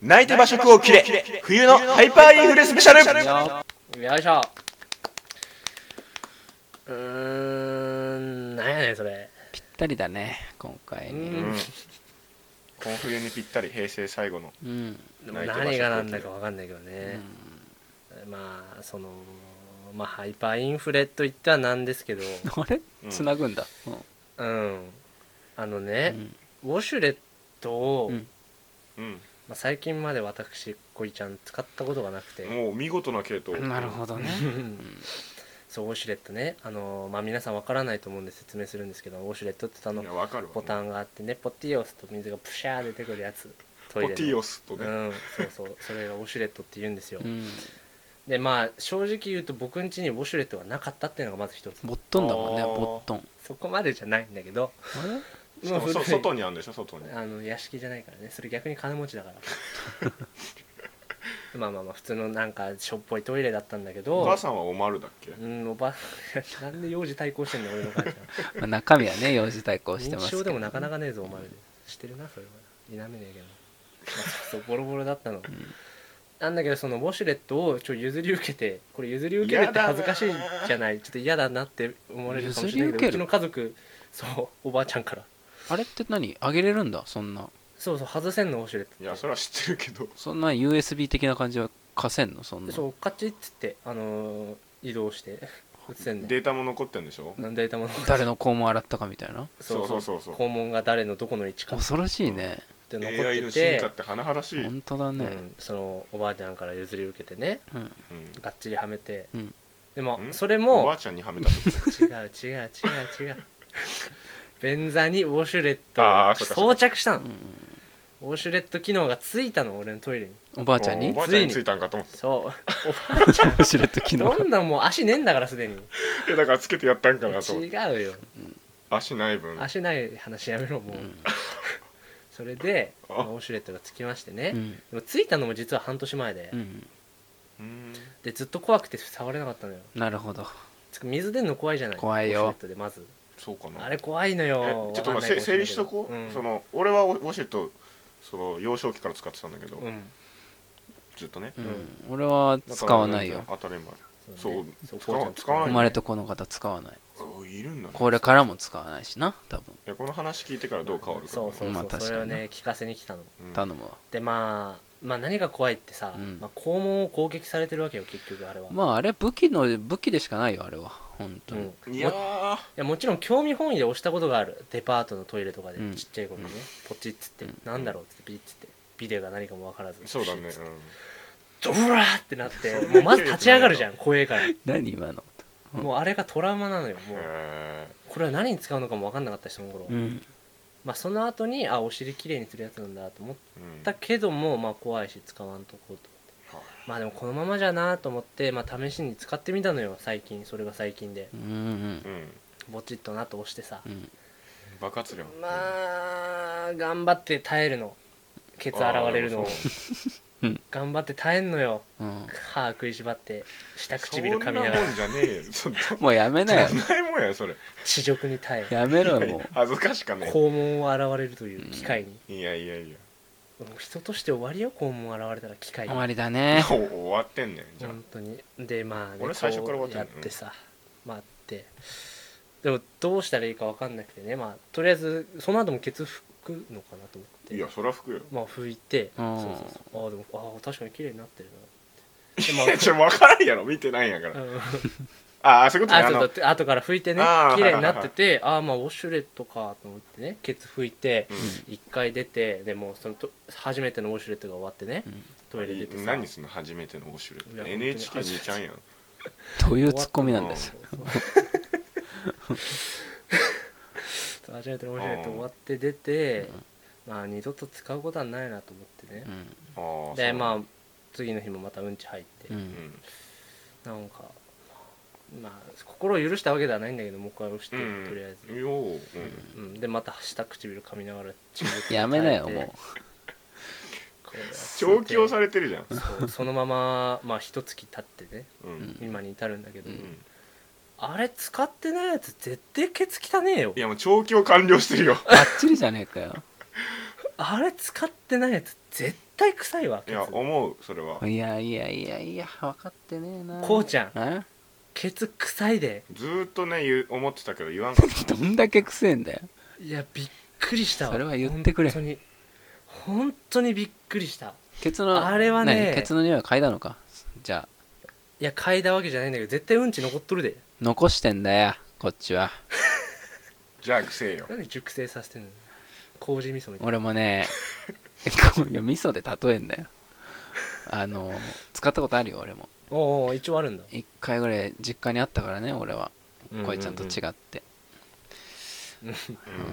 泣いて馬食を切れ冬のハイパーインフレスペシャルよよいしょうーんなんやねんそれぴったりだね今回うねうんんこの冬にぴったり平成最後のうんでも何がなんだかわかんないけどね、まあそのまあハイパーインフレといったらなんですけどあれうんつなぐんだうんうんあのうね、んウォシュレットを、うんうんまあ、最近まで私こいちゃん使ったことがなくて、もう見事な系統なるほどねそうウォシュレットねあの、まあ、皆さんわからないと思うんで説明するんですけどウォシュレットってあのいやわかるわボタンがあってねポティオスと水がプシャー出てくるやつトポイレテのィオスとうねんそうそうそれがウォシュレットって言うんですよ、うんでまあ正直言うと僕ん家にウォシュレットがなかったっていうのがまず一つボットンだもんねあーボットンそこまでじゃないんだけどあれしかももそう古い外にあるんでしょ外にあの屋敷じゃないからねそれ逆に金持ちだから まあまあまあ普通のなんかしょっぽいトイレだったんだけどお母さんはおまるだっけうんおばなんで幼児対抗してんだ俺の母ちゃんまあ中身はね幼児対抗してま認知すけ症どでもなかなかねえぞお前してるなそれは否めねえけど、まあそうそうボロボロだったの、なんだけどそのウォシュレットをちょ譲り受けてこれ譲り受けるって恥ずかしいじゃないちょっと嫌だなって思われるかもしれないけど譲り受けうるちの家族そうおばあちゃんからあれって何あげれるんだそんなそうそう外せんのウォシュレットいやそれは知ってるけどそんな USB 的な感じは貸せんのそんなそうカチッつってあのー移動して移せんねデータも残ってんでしょなんでいたもの誰の肛門洗ったかみたいなそうそうそうそう肛門が誰のどこの位置かっ恐ろしいねて残 AI っての進て化って甚だしい、うん本当だうねん、そのおばあちゃんから譲り受けてねうんがっちりはめて、うんでもんそれおばもあちゃんにはめたってこ違う違う違う違う便座にウォシュレットあをーそっかそっか装着したのうんウォシュレット機能がついたの俺のトイレにおばあとちゃんにおばあちゃんについたんかと思っそう知れた昨日どんなもう足ねえんだからすでにてだからつけてやったんかなと思って違うよ足ない分足ない話やめろもう、うんそれでウあォシュレットがつきましてね、うんでもついたのも実は半年前で、うんうんでずっと怖くて触れなかったのよなるほどつか水出んの怖いじゃない怖いよウォシュレットでまずそうかなあれ怖いのえよちょっとわまかあんないかせもれ整理ないけしどとこう、うんその俺はウォシュレットその幼少期から使ってたんだけど、うんずっとねううんん俺はだから使わないよ当たり前そうねそうこうちゃん使わ生ないまれてこの方使わないおいるんだねこれからも使わないしな多分いやこの話聞いてからどう変わるかそうそうまあそう確かにそれをね聞かせに来たのうん頼むわでまあまあ何が怖いってさ、うんまあ、肛門を攻撃されてるわけよ結局あれは、まああれ武器の武器でしかないよあれは本当うん、にもいいやーやもちろん興味本位で押したことがあるデパートのトイレとかで、うんちっちゃい頃にね、ポチッつって、うんなんだろうっつってビッつってビデオが何かも分からずそうだね、プシッつってうドブラーってなってもうまず立ち上がるじゃん怖えから何今のうんもうあれがトラウマなのよもん、うえこれは何に使うのかも分かんなかったしその頃、うんまあその後にあお尻きれいにするやつなんだと思っーうんたけどもまあ怖いし使わんとこうとはいまあでもこのままじゃなと思って、まあ、試しに使ってみたのよ最近それが最近でうんうんうん、ぼちっとなと押してさうん爆発量まあ頑張って耐えるのケツ洗われるあのをー頑張って耐えんのようん歯食いしばって下そう唇噛みながそんならもんじゃねえよ そんなもうやめ なよないもんやそれ地獄に耐えやめろよも恥ずかしかね肛門を洗われるという機会に、えいやいやいやもう人として終わりよ肛門洗われたら機う械終わにりだねお終わってんねんじゃあ本当にでまあ、ね、俺最初から終わこっうてんやのってさ待ってでもどうしたらいいか分かんなくてねまあとりあえずその後もケツ拭くのかなと思っていやそりゃ拭くよまあ拭いて、うんそうそうそうああでもああ確かに綺麗になってるい なでやちょ分からんやろ見てないんやから、まあ、うんああそういうことねああとのだ後から拭いてねあー綺麗になっててああまあウォシュレットかと思ってねケツ拭いて一回出てでもうそのと初めてのウォシュレットが終わってねうんトイレ出ていさ何すんの初めてのウォシュレッいやト本当に NHK2 ちゃんやんどういうツッコミな んです初めての面白いと終わって出て、まあ二度と使うことはないなと思ってねう、あんーでそうまあ次の日もまたうんち入って、うんうんなんかまあ心を許したわけではないんだけどもう一回押して、うんとりあえず、よう、うんうん、でまた下唇噛みながら血をやめなよ叩いてもこうやって調教されてるじゃん、そうそのまままあ一月経ってねうんん今に至るんだけど、うんあれ使ってないやつ絶対ケツ汚ねえよいやもう調教完了してるようバッチリじゃねえかよあれ使ってないやつ絶対臭いわいケやツ思うそれはいやいやいやいや分かってねえなこうちゃんえ ケツ臭いでずーっとね言う思ってたけど言わんかった どんだけくせえんだよいやびっくりしたわそれは言ってくれ本当に本当にびっくりしたケツのあれはね何ケツの匂いは嗅いだのかじゃあいや嗅いだわけじゃないんだけど絶対うんち残っとるで残してんだよこっちはじゃあくせえよなんで熟成させてんの麹味噌みたいな俺もね こういや味噌で例えんだよあの使ったことあるよ俺もおお一応あるんだ一回ぐらい実家にあったからね俺はうんうんうんこいちゃんと違って、うん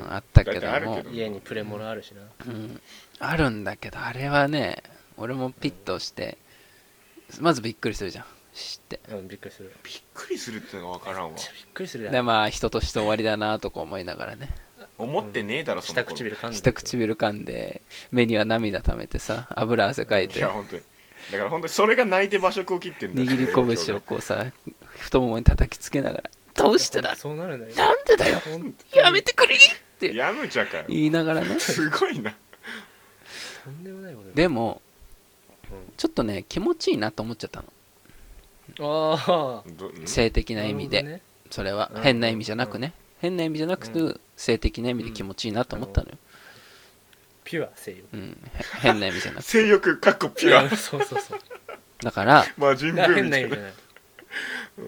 うんあったけどだってあもるけど家にプレモルあるしなうん、あるんだけどあれはね俺もピッとしてまずびっくりするじゃん知ってうんびっくりするびっくりするってのが分からんわめっちゃびっくりするでだまあ人として終わりだなとか思いながらね思ってねえだろその下頃唇噛んで下唇噛んで目には涙溜めてさ油汗かいいてや本当にだから本当にそれが泣いて馬食を切ってんだよ握り拳をこうさ太ももに叩きつけながら「どうしてだそうなるんだよなんでだよほんやめてくれ!」ってやむちゃかよ言いながらねすごいなとんでもないことだよでもちょっとね気持ちいいなと思っちゃったのああどん性的な意味で、るそれはうん変な意味じゃなくね、変な意味じゃなくて、う性的な意味で気持ちいいなと思ったのよ、ピュア性うんへ 変な意味じゃなく性欲かっこピュ欲アそうそうそうだから魔 人ブー変みなた意い味じなゃない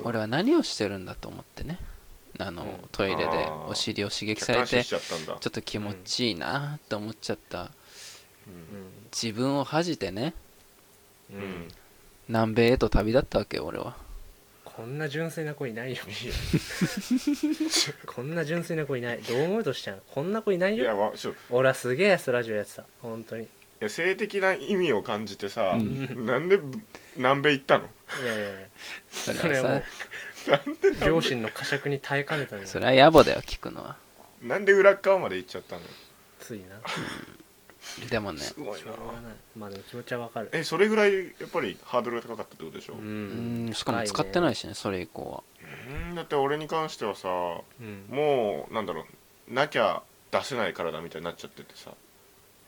俺は何をしてるんだと思ってねあの、うんトイレであーお尻を刺激され感心てしちょちゃったんだっと気持ちいいなと思っちゃったう自分を恥じてねうんん、ううんん南米へと旅立ったわけよ俺はこんな純粋な子いないよ こんな純粋な子いないどう思うとしちゃうこんな子いないいやよわそうい俺はすげえスラジオやってた本当にや性的な意味を感じてさ、うんなんで南米行ったのいやいやいやそそれれははもさう 両親の呵責に耐えかねたんだよそれは野暮だよ聞くのはなんで裏っ側まで行っちゃったのついなでもねすごいしなょうがないまあでも気持ちはわかるえそれぐらいやっぱりハードルが高かったってことでしょ、ううんうんんしかも使ってないしねそれ以降はーんだって俺に関してはさうんもうなんだろうなきゃ出せない体みたいになっちゃっててさ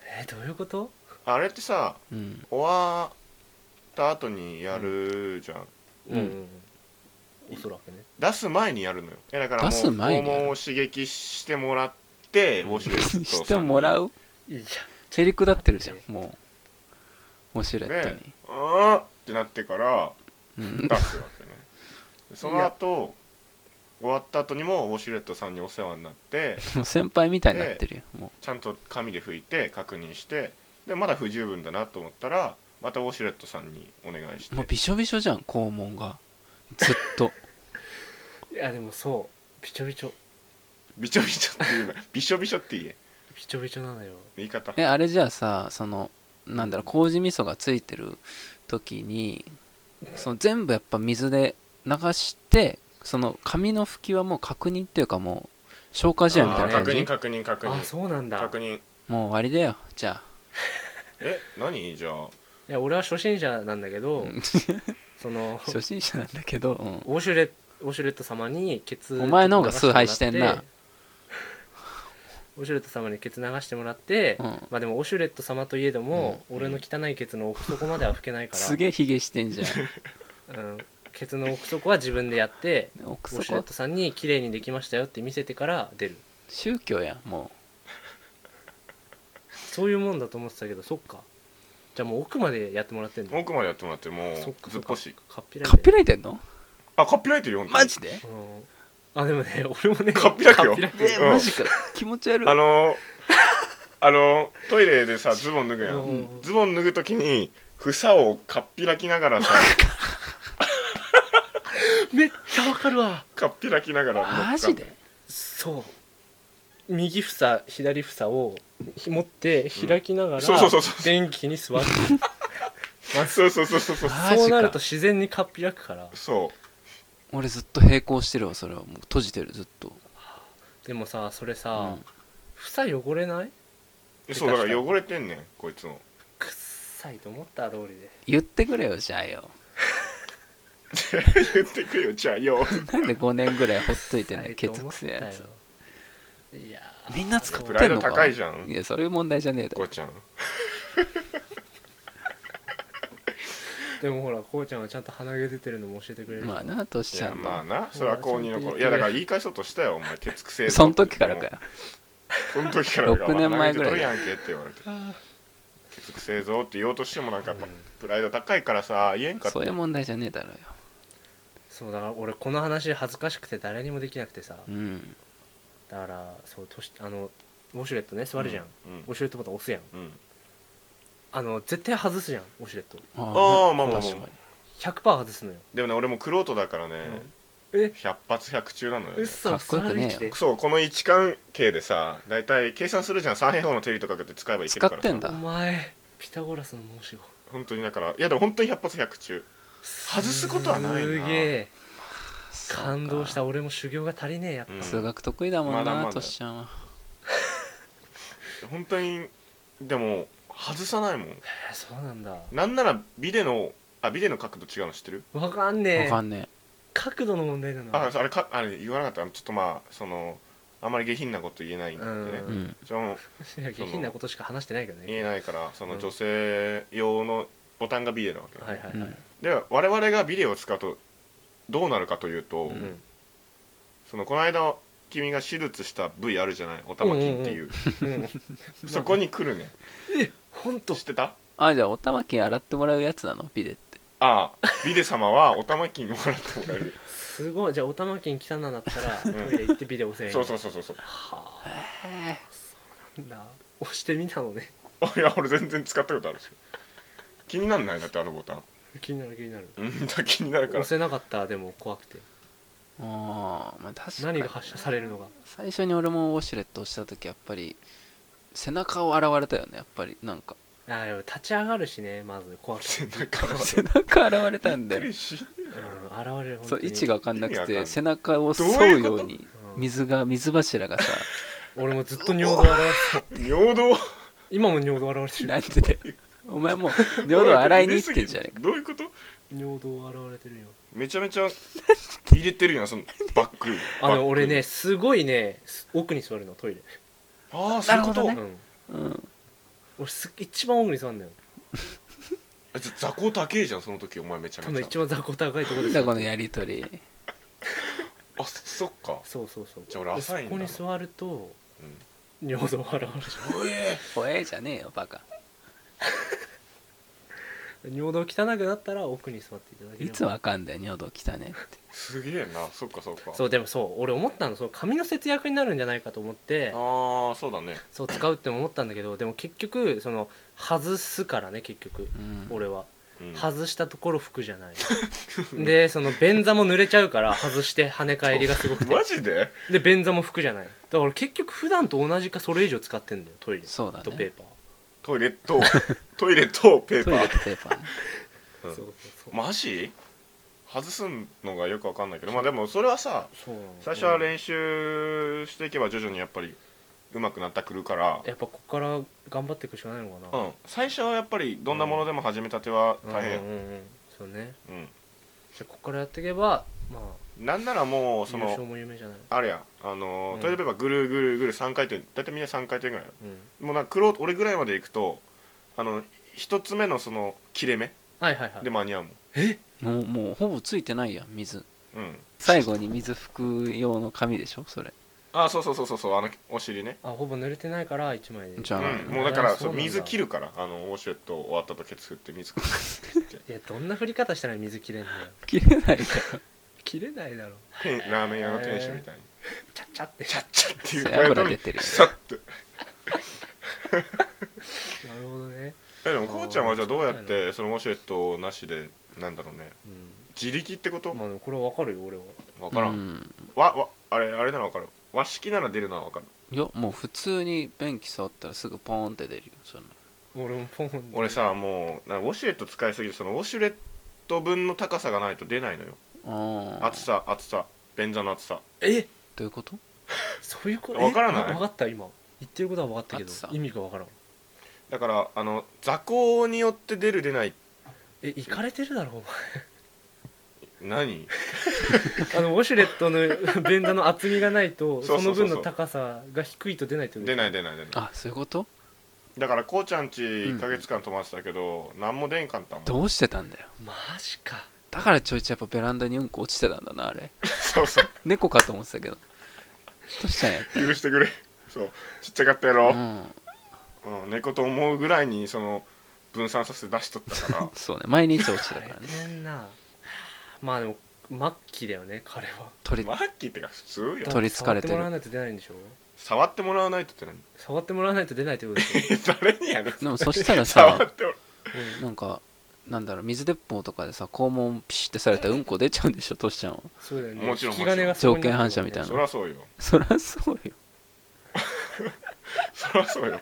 えどういうことあれってさうん終わった後にやるじゃん、うんおそらくね出す前にやるのよいやだからもう出す前肛にやる門を刺激してもらってウォシュレットさんに してもらういいじへりくだってるじゃんもうウォシュレットに、ねあーってなってからうん 出すわけねでその後終わった後にもウォシュレットさんにお世話になってもう先輩みたいになってるよもちゃんと紙で拭いて確認してでまだ不十分だなと思ったらまたウォシュレットさんにお願いしうてもうびしょびしょじゃん肛門がずっとゃ んいやでもそうびちょびちょびちょびちょって言うなびしょびしょって言えびちょびちょなのよ言い方えあれじゃあさそのなんだろう麹味噌がついてる時にその全部やっぱ水で流してその紙の拭きはもう確認っていうかもう消化試合みたいなあー感確認じ確認確あ認そうなんだ確認もう終わりだよ じゃえ何じゃあいや俺は初心者なんだけあ、 どうんその初心者なんだけど、うんウォシュレットウォシュレット様にケツお前の方が崇拝してんな流もらってウォシュレット様にケツ流してもらって、うんまあでもウォシュレット様といえども、俺の汚いケツの奥底までは拭けないからすげえヒゲしてんじゃん うん、ケツの奥底は自分でやって奥ウォシュレ底ットさんに綺麗にできましたよって見せてから出る宗教やんもそういうもんだと思ってたけどそっかじゃあもう奥までやってもらってんの奥までやってもらってもそっかうずそっっぽかしカッピうラかっぴラらいてんのあかっぴらいてるよ本当にマジであでもね俺もねかっぴらくよかっえうんマジか気持ち 悪あのーあのートイレでさズボン脱ぐやうんんズボン脱ぐときに房をかっぴらきながら さめっちゃわかるわかっぴらきながら乗っかってマジでそう右房左房を持って開きながら、そうそうそうそう電気に座ってそうそうそうそうそうマジかそうなると自然にカッピ開くからそ俺ずっと並行してるわそれはもう閉じてるずっとでもさそれうさ、ん房汚れないうそうだから汚れてんねんこいつ のくっさいと思った通りで言ってくれよじゃあよ言ってくれよじゃあよなんで5年ぐらいほっといて臭ねいとケ思ツくせえやつったよいやーみんな使っプてライんドのか高いじゃんいやそういう問題じゃねえだころうちゃんでもほらこうちゃんはちゃんと鼻毛出てるのも教えてくれるしまあなとしいちゃやうまあまなそれは高2の頃いやだから言い返そうとしたよお前鉄くせえぞその時からかよその時からだから6年前ぐらいお前投げてるやんけって言われて鉄くせえぞって言おうとしてもなんかやっぱプライド高いからさ言えんかったそういう問題じゃねえだろうよそうだから俺この話恥ずかしくて誰にもできなくてさうんだからそう年あのウォシュレットね座るじゃん、うんうんウォシュレットボタン押すやんうんあの絶対外すじゃんウォシュレットああーまあまあまあ確かに100%外すのよでもね俺もくろとだからねえ100発100中なのよねうっそかっこよくねえよ座る位置でそうこの位置関係でさ大体計算するじゃん三平方の定理とかって使えばいける使かっらてさんだお前ピタゴラスの申し子本当にだからいやでも本当に100発100中外すことはないなすげえそうか感動した俺も修行が足りねえやっぱ、うん数学得意だもんな、まだまだとしちゃんは本当にでも外さないもんえーそうなんだなんならビデのあビデの角度違うの知ってる、わかんねわえかんね角度の問題なのああれかあれ言わなかったあのちょっとまあそのあまり下品なこと言えないんでねえううんんじゃあもういや下品なことしか話してないけど言ねえないからそのうん女性用のボタンがビデなわけよ、はいはいはい、うんで我々がビデを使うとどうなるかというと、うんそのこの間君が手術した部位あるじゃないおたま筋っていう,、うんそこに来るねほんと知ってたあじゃあおたまき洗ってもらうやつなのビデってああビデ様はおたま筋もらってもらえるすごいじゃあおたまきに来たんだったらんトイレ行ってビデオ押せそうそううそうそうそうはあな押してみたのね いや俺全然使ったことあるし気になんないだってあのボタン気になる気になるうん気になるから押せなかったでも怖くてあーまあ確か何にが発射されるのが最初に俺もウォシュレットをした時やっぱり背中を洗われたよねやっぱりなんかあーでも立ち上がるしねまず怖くて、背中は背中洗われたんびっだくよりしうん、現れるそう位置が分かんな意味くわかんなてい背中を沿うようにうん水が水柱がさ俺もずっと尿道洗われてた尿道今も尿道洗われてるなんでだよお前もう尿道洗いに行ってんじゃねえかどういうこと尿道洗われてるよめちゃめちゃ入れてるやんそのバックバあックの俺ねすごいねす奥に座るのトイレ、ああそういうこなるほと、どうねん、うん俺す一番奥に座るんだよあじゃあ雑魚高えじゃんその時お前めちゃ多めち分一ゃ番雑魚高いところなんでだこのやりとりあそそっかそうそうそうじゃあ俺浅いんだでそこに座るとうん尿道洗われちゃおえおえじゃねえよバカう尿道汚くなったら奥に座っていただけれいばつわかんだよ尿道汚ねってすげえなそっかそっかそうでもそう俺思ったのその紙の節約になるんじゃないかと思ってああそうだねそう使うって思ったんだけどでも結局その外すからね結局うん俺はうん外したところ服じゃないでその便座も濡れちゃうから外して跳ね返りがす ごくてマジでで便座も服じゃないだから結局普段と同じかそれ以上使ってんだよトイレそうだとペーねパートイレ とトイレとペートパイレーとペーパーねうんそうそうそう、マジ外すのがよくわかんないけどまあでもそれはさそうなの最初は練習していけば徐々にやっぱり上手くなってくるからやっぱここから頑張っていくしかないのかうな、ん最初はやっぱりどんなものでも始めたては大変うんうんうんそうねうんじゃあここからやっていけばまあなんならもうそ優勝のも夢じゃないあれやあのーうんトイレペーパーぐるぐるぐる3回転大体みんな3回転ぐらいうんもうなんか黒俺ぐらいまで行くとあの一つ目のその切れ目はいはいはいで間に合うもんもうもうほぼついてないやん水うん最後に水拭く用の紙でしょそれあそうそうそうそうそうあのお尻ねあほぼ濡れてないから一枚でじゃあうん、うんもうだからそそううなんだ水切るからあのウォシュレット終わったとケツ振って水切るっていやどんな振り方したら水切れんだよ切れない切れないだろ店ラーメン屋の店主みたいにちゃっちゃってチャッチャっていうそれ声の油時出にてるよさっとなるほどね、えでもこうちゃんはじゃあどうやってそのウォシュレットなしでなんだろうねう自力ってことん、まあでもこれわかるよ俺はわからん、うんわわあれあれならわかる和式なら出るのはわかるいやもう普通に便器触ったらすぐポーンって出るよその俺もポンで俺さもうなんかウォシュレット使いすぎてそのウォシュレット分の高さがないと出ないのよああ厚さ厚さ便座の厚さえどういうことそういうことわからない分かった今言ってることは分かったけど暑さ意味が分からんだからあの座高によって出る出ないえ行かれてるだろお何前あのウォシュレット の便座の厚みがないとそうそそのうそうそう分の高さが低いと出ないってこと出ない出ない出ないあそういうことだからこうちゃんち1ヶ月間泊まってたけど、何も出んかったもんどうしてたんだよマジかだからちょいちょいやっぱベランダにうんこ落ちてたんだなあれそうそう猫かと思ってたけどどうしたんやった許してくれそうちっちゃかったやろ、うんうん猫と思うぐらいにその分散させて出しとったからそうね毎日落ちてたから大ね変なまあでも末期だよね彼は 鳥マッキーってか普通よと取り憑かれてる触ってもらわないと出ないんでしょ触ってもらわないとって何 触ってもらわないと出ないってことですよ、誰にやるでもそした ら触さってもらうんなんかなんだろう水鉄砲とかでさ肛門ピシッてされたらうんこ出ちゃうんでしょトシちゃんは そうだよねもちろん引き金がもそこに条件反射みたいなそりゃそうよそりゃそうよそりゃそうよだ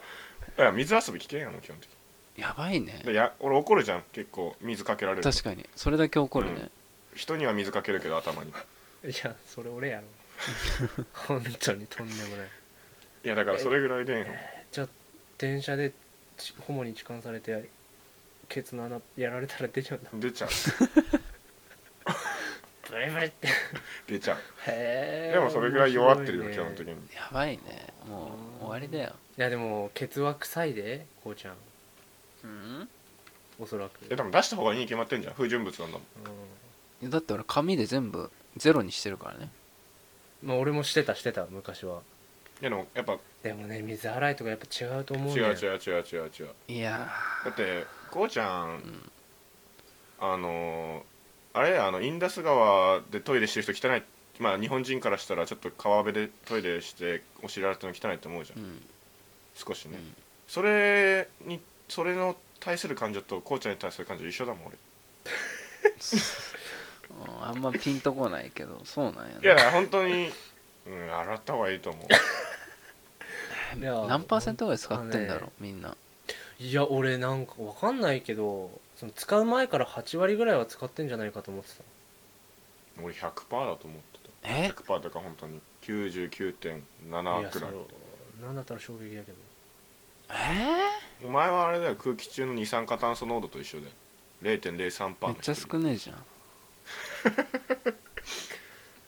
から水遊び危険やもん基本的やばいねにでや俺怒るじゃん結構水かけられる確かにそれだけ怒るね、人には水かけるけど頭にいやそれ俺やろ本当にとんでもないいやだからそれぐらいでじゃあ電車でちホモに痴漢されてケツの穴やられたら出ちゃうんだ出ちゃうブリブリって 出ちゃうへえでもそれぐらい弱ってるよ、面基白い本的ねにやばいねもう終わりだよいやでもケツは臭いでこうちゃんうんおそらくえでも出した方がいいに決まってんじゃん不純物なんだもんうだって俺紙で全部ゼロにしてるからねんまあ俺もしてたしてた昔はいやでもやっぱでもね水洗いとかやっぱ違うと思う違ねう違う違う違う違ういやだってこうちゃん、んあのーあれあのインダス川でトイレしてる人汚いまあ日本人からしたらちょっと川辺でトイレしてお尻洗ってるの汚いと思うじゃん、ーうん少しね、うんそれにそれの対する感情とこうちゃんに対する感情一緒だもん俺うんあんまピンとこないけどそうなんやいやだから本当に、うん、洗った方がいいと思ういや何パーセントぐらい使ってんだろうみんないや俺なんかわかんないけどその使う前から8割ぐらいは使ってんじゃないかと思ってた俺100%だと思ってえた100%だから本当にい99.7やくそらいうなんだったら衝撃だけどえーお前はあれだよ空気中の二酸化炭素濃度と一緒で0.03%のめっちゃ人少ねえじゃん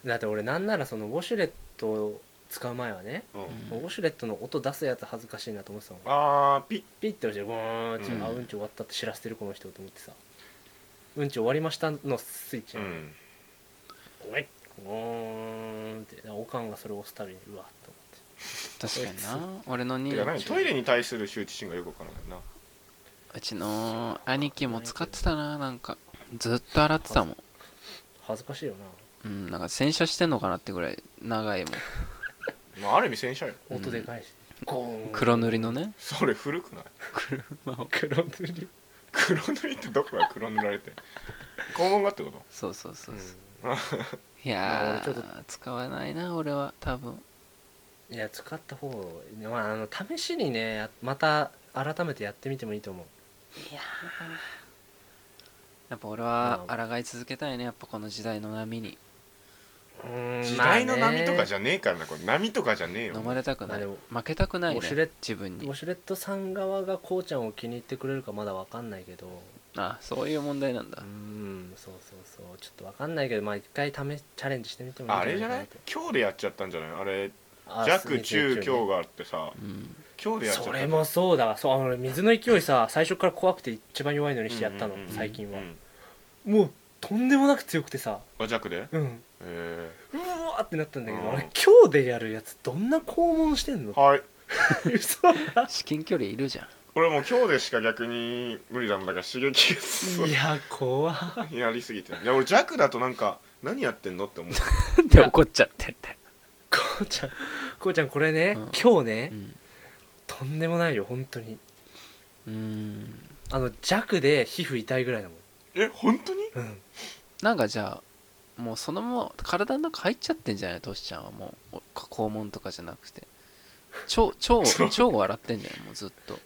だって俺なんならそのウォシュレットを使う前はね、うんうんウォシュレットの音出すやつ恥ずかしいなと思ってたもんあーピッピッて押してゴーンって、うんあうんち終わったって知らせてるこの人と思ってさうんち終わりましたのスイッチうやん、んおいゴーンっておかんがそれを押すたびにうわっと思って確かにな俺の兄てか何トイレに対する羞恥心がよくわからないうちの兄貴も使ってたななんかずっと洗ってたもん恥ずかしいようんなんか洗車してんのかなってぐらい長いもんな、まあ、ある意味洗車よな音でかいし、ゴーン黒塗りのねそれ古くない黒塗り黒塗りってどこが黒塗られて 肛門がってことそうそうそうそううんいやあ俺ちょっー使わないな俺は多分いや使った方まああの試しにねやまた改めてやってみてもいいと思うやっぱ俺は抗い続けたいねやっぱこの時代の波にうーん時代の波とかじゃ、ゃねえからなこれ波とかじゃねえよ飲まれたくなまいあでも負けたくないねウォシュレット自分ウにォシュレットさん側がこうちゃんを気に入ってくれるかまだわかんないけどあそういう問題なんうだーんそうそうそうちょっとわかんないけどまあ一回試しチャレンジしてみてもいいあれじゃない今日でやっちゃったんじゃないあれ弱中強があってさうん今日でやっちゃったそれもそうだわそうあの水の勢いさ最初から怖くて一番弱いのにしてやったのうんうんうんうん最近はうんもうとんでもなく強くてさあ弱でへうんえうわーってなったんだけど、うんあれ今日でやるやつどんな肛門し てんのはい嘘だ至近距離いるじゃん俺もう今日でしか逆に無理なんだから刺激がすいや怖やりすぎていや俺弱だとなんか何やってんのって思うって怒っちゃってって、こうちゃんこうちゃんこれね、うん今日ね、うんとんでもないよ本当にうんあの弱で皮膚痛いぐらいだもんえ本当にうんなんかじゃあもうそのまま体の中入っちゃってんじゃないトシちゃんはもうお肛門とかじゃなくて腸腸をそう腸を洗ってんじゃないもうずっと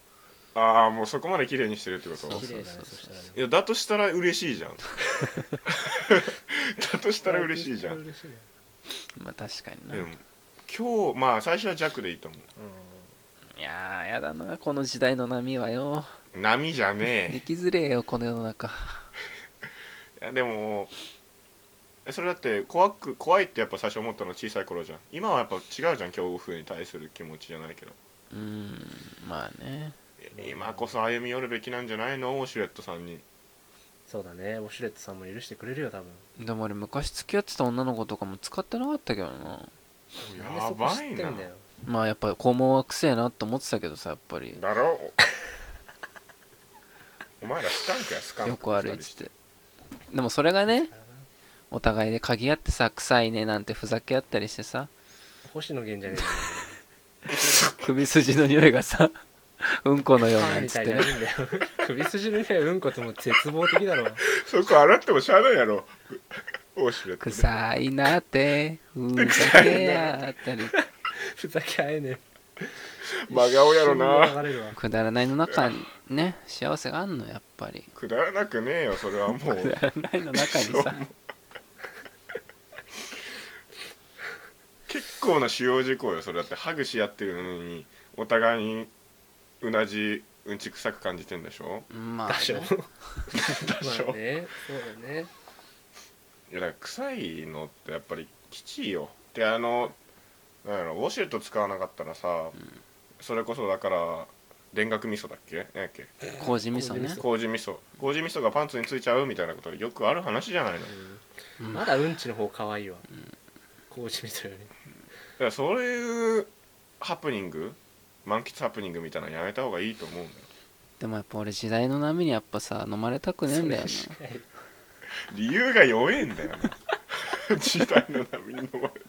ああもうそこまで綺麗にしてるってことそう綺麗だねそしたらねいやだとしたら嬉しい じゃんだとしたら嬉しいじゃん嬉しいねまあ確かにな、でも今日まあ最初は弱でいいと思いやーやだなこの時代の波はよう波じゃ生ねきづれえよこの世の中えいやでもえそれだって怖く怖いってやっぱ最初思ったの小さい頃じゃん今はやっぱ違うじゃん恐怖に対する気持ちじゃないけどうんまあねいやね今こそ歩み寄るべきなんじゃないのウォシュレットさんにそうだねウォシュレットさんも許してくれるよ多分でも俺昔付き合ってた女の子とかも使ってなかったけどななんでそやこば知いってなんだよまあやっぱり肛門はくせえなと思ってたけどさやっぱりだろ お前らスカンクやスカンクよくあるやつってでもそれがねお互いで嗅ぎ合ってさ臭いねなんてふざけ合ったりしてさ星野源じゃね首筋の匂いがさ うんこのようえなかんみつたっいにてなるんだよ 首筋のねうんこってもう絶望的だろ そこ洗ってもしゃあないやろウォシュレッ トで臭いなってふざけ合ったりふざけ合えねえ真顔やろ な一瞬流れるわくだらないの中にね幸せがあんのやっぱりくだらなくねえよそれはも くうだらないの中にさ結構な主要事項よそれだってハグし合ってるのにお互いに同じうんち臭く感じてんでしょまあ多少ま 少あねそうだねいやだから臭いのってやっぱりきちいよであのなんやろウォシュレット使わなかったらさ、それこそだから田楽味噌だっけ何やっけ麹味噌ね麹味噌麹味噌がパンツについちゃうみたいなことよくある話じゃないのだかうんまだうんちの方可愛いわ麹味噌よりらそういうハプニング満喫ハプニングみたいなのやめた方がいいと思うんだよでもやっぱ俺時代の波にやっぱさ飲まれたくねえんだよな理由が弱えんだよ な時代の波に飲まれて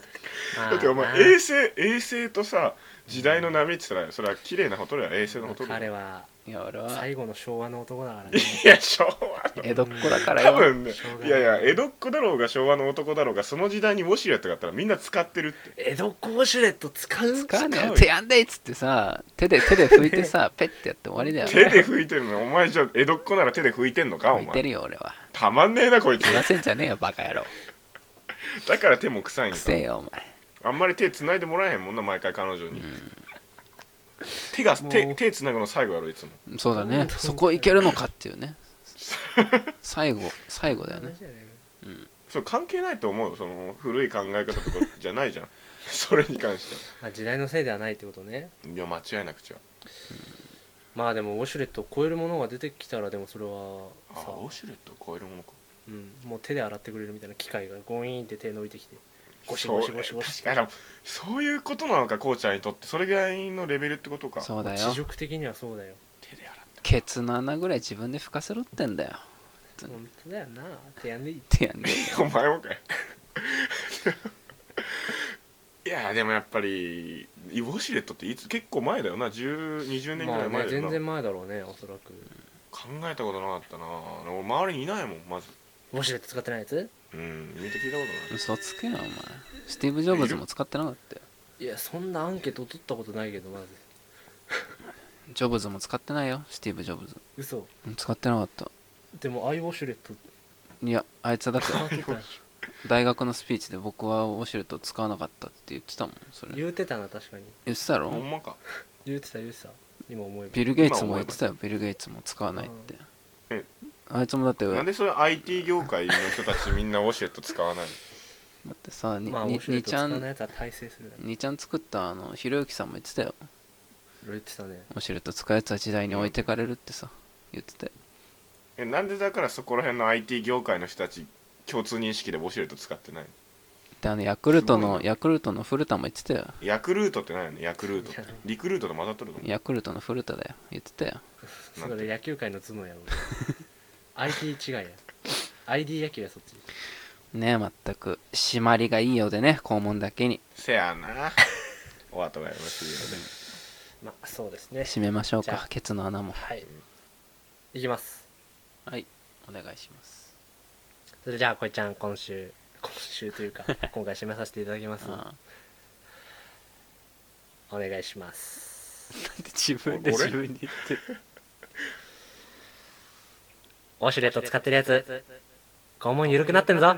まあだってお前衛星衛星とさ時代の波って言ったらそれは綺麗なほとりは衛星のほとりだ彼よはいや俺は最後の昭和の男だからねいや昭和の江戸っ子だから多よ分ねしょうがないいやいや江戸っ子だろうが昭和の男だろうがその時代にウォシュレットがあったらみんな使ってるって江戸コーシュレット使う使うね使うよ手やんでいっつってさ手で手で拭いて さペッてやって終わりだよ手で拭いてるのお前じゃあ江戸っ子なら手で拭いてんのかお拭いて前るよ俺はたまんねえなこいつ言わせんじゃねえよバカ野郎だから手も臭いんくだせえよお前あんまり手繋いでもらえへんもんな毎回彼女に、手が手手繋ぐの最後やろいつもそうだねそこいけるのかっていうね最後最後だよねそれ関係ないと思うよその古い考え方とかじゃないじゃんそれに関してまあ時代のせいではないってことねはいや間違いなく違うまあでもウォシュレットを超えるものが出てきたらでもそれはああさウォシュレットを超えるものかうん、もう手で洗ってくれるみたいな機械がゴイーンって手伸びてきてゴシゴシゴシゴシそうあのそういうことなのかこうちゃんにとってそれぐらいのレベルってことかそうだ地よ軸的にはそうだよ手で洗ってケツの穴ぐらい自分で吹かせろってんだようん本当だよな手やんでいい手やんでいいよお前もかい いやでもやっぱりウォシュレットっていつ結構前だよな10 20年ぐまらあい前だよな、ね全然前だろうねおそらく考えたことなかったな俺周りにいないもんまずウォシュレット使ってないやつうん見て聞いたことない嘘つけよお前スティーブ・ジョブズも使ってなかったよいやそんなアンケート取ったことないけどまずジョブズも使ってないよスティーブ・ジョブズ嘘うん使ってなかったでもアイウォシュレットいやあいつはだって使 ってたよ大学のスピーチで僕はウォシュレットを使わなかったって言ってたもんそれ言うてたな確かに言ってたほろんまか言うてた言うてた今思えばビル・ゲイツも言ってたよビル・ゲイツも使わないってえあいつもだってだなんっでそれ IT 業界の人たちみんなウォシュレット使わないてさにまあウォにシュレッにトち使ゃわないんやつは大成するだろにちゃん作ったあのひろゆきさんも言ってたよ言ってたねウォシュレット使うやつは時代に置いてかれるってさ言ってたよえなんでだからそこら辺の IT 業界の人たち共通認識でウォシュレット使ってないのであのヤクルトすごのいヤクルトの古田も言ってたよヤクルートってないのヤクルートっていやリクルートと混ざっとると思うヤクルトの古田だよ言ってたよそれ野球界の頭脳や ろ IT 違いや ID 野球やそっちねえ全く締まりがいいようでね肛門だけにせやなお後がよろしいようでまあそうですね締めましょうじゃかあケツの穴もはいいきますはいお願いしますそれじゃあこいちゃん今週今週という か今回締めさせていただきますああお願いしますなんで自分俺分に言ってるウォシュレット使ってるやつ肛門緩くなってんぞ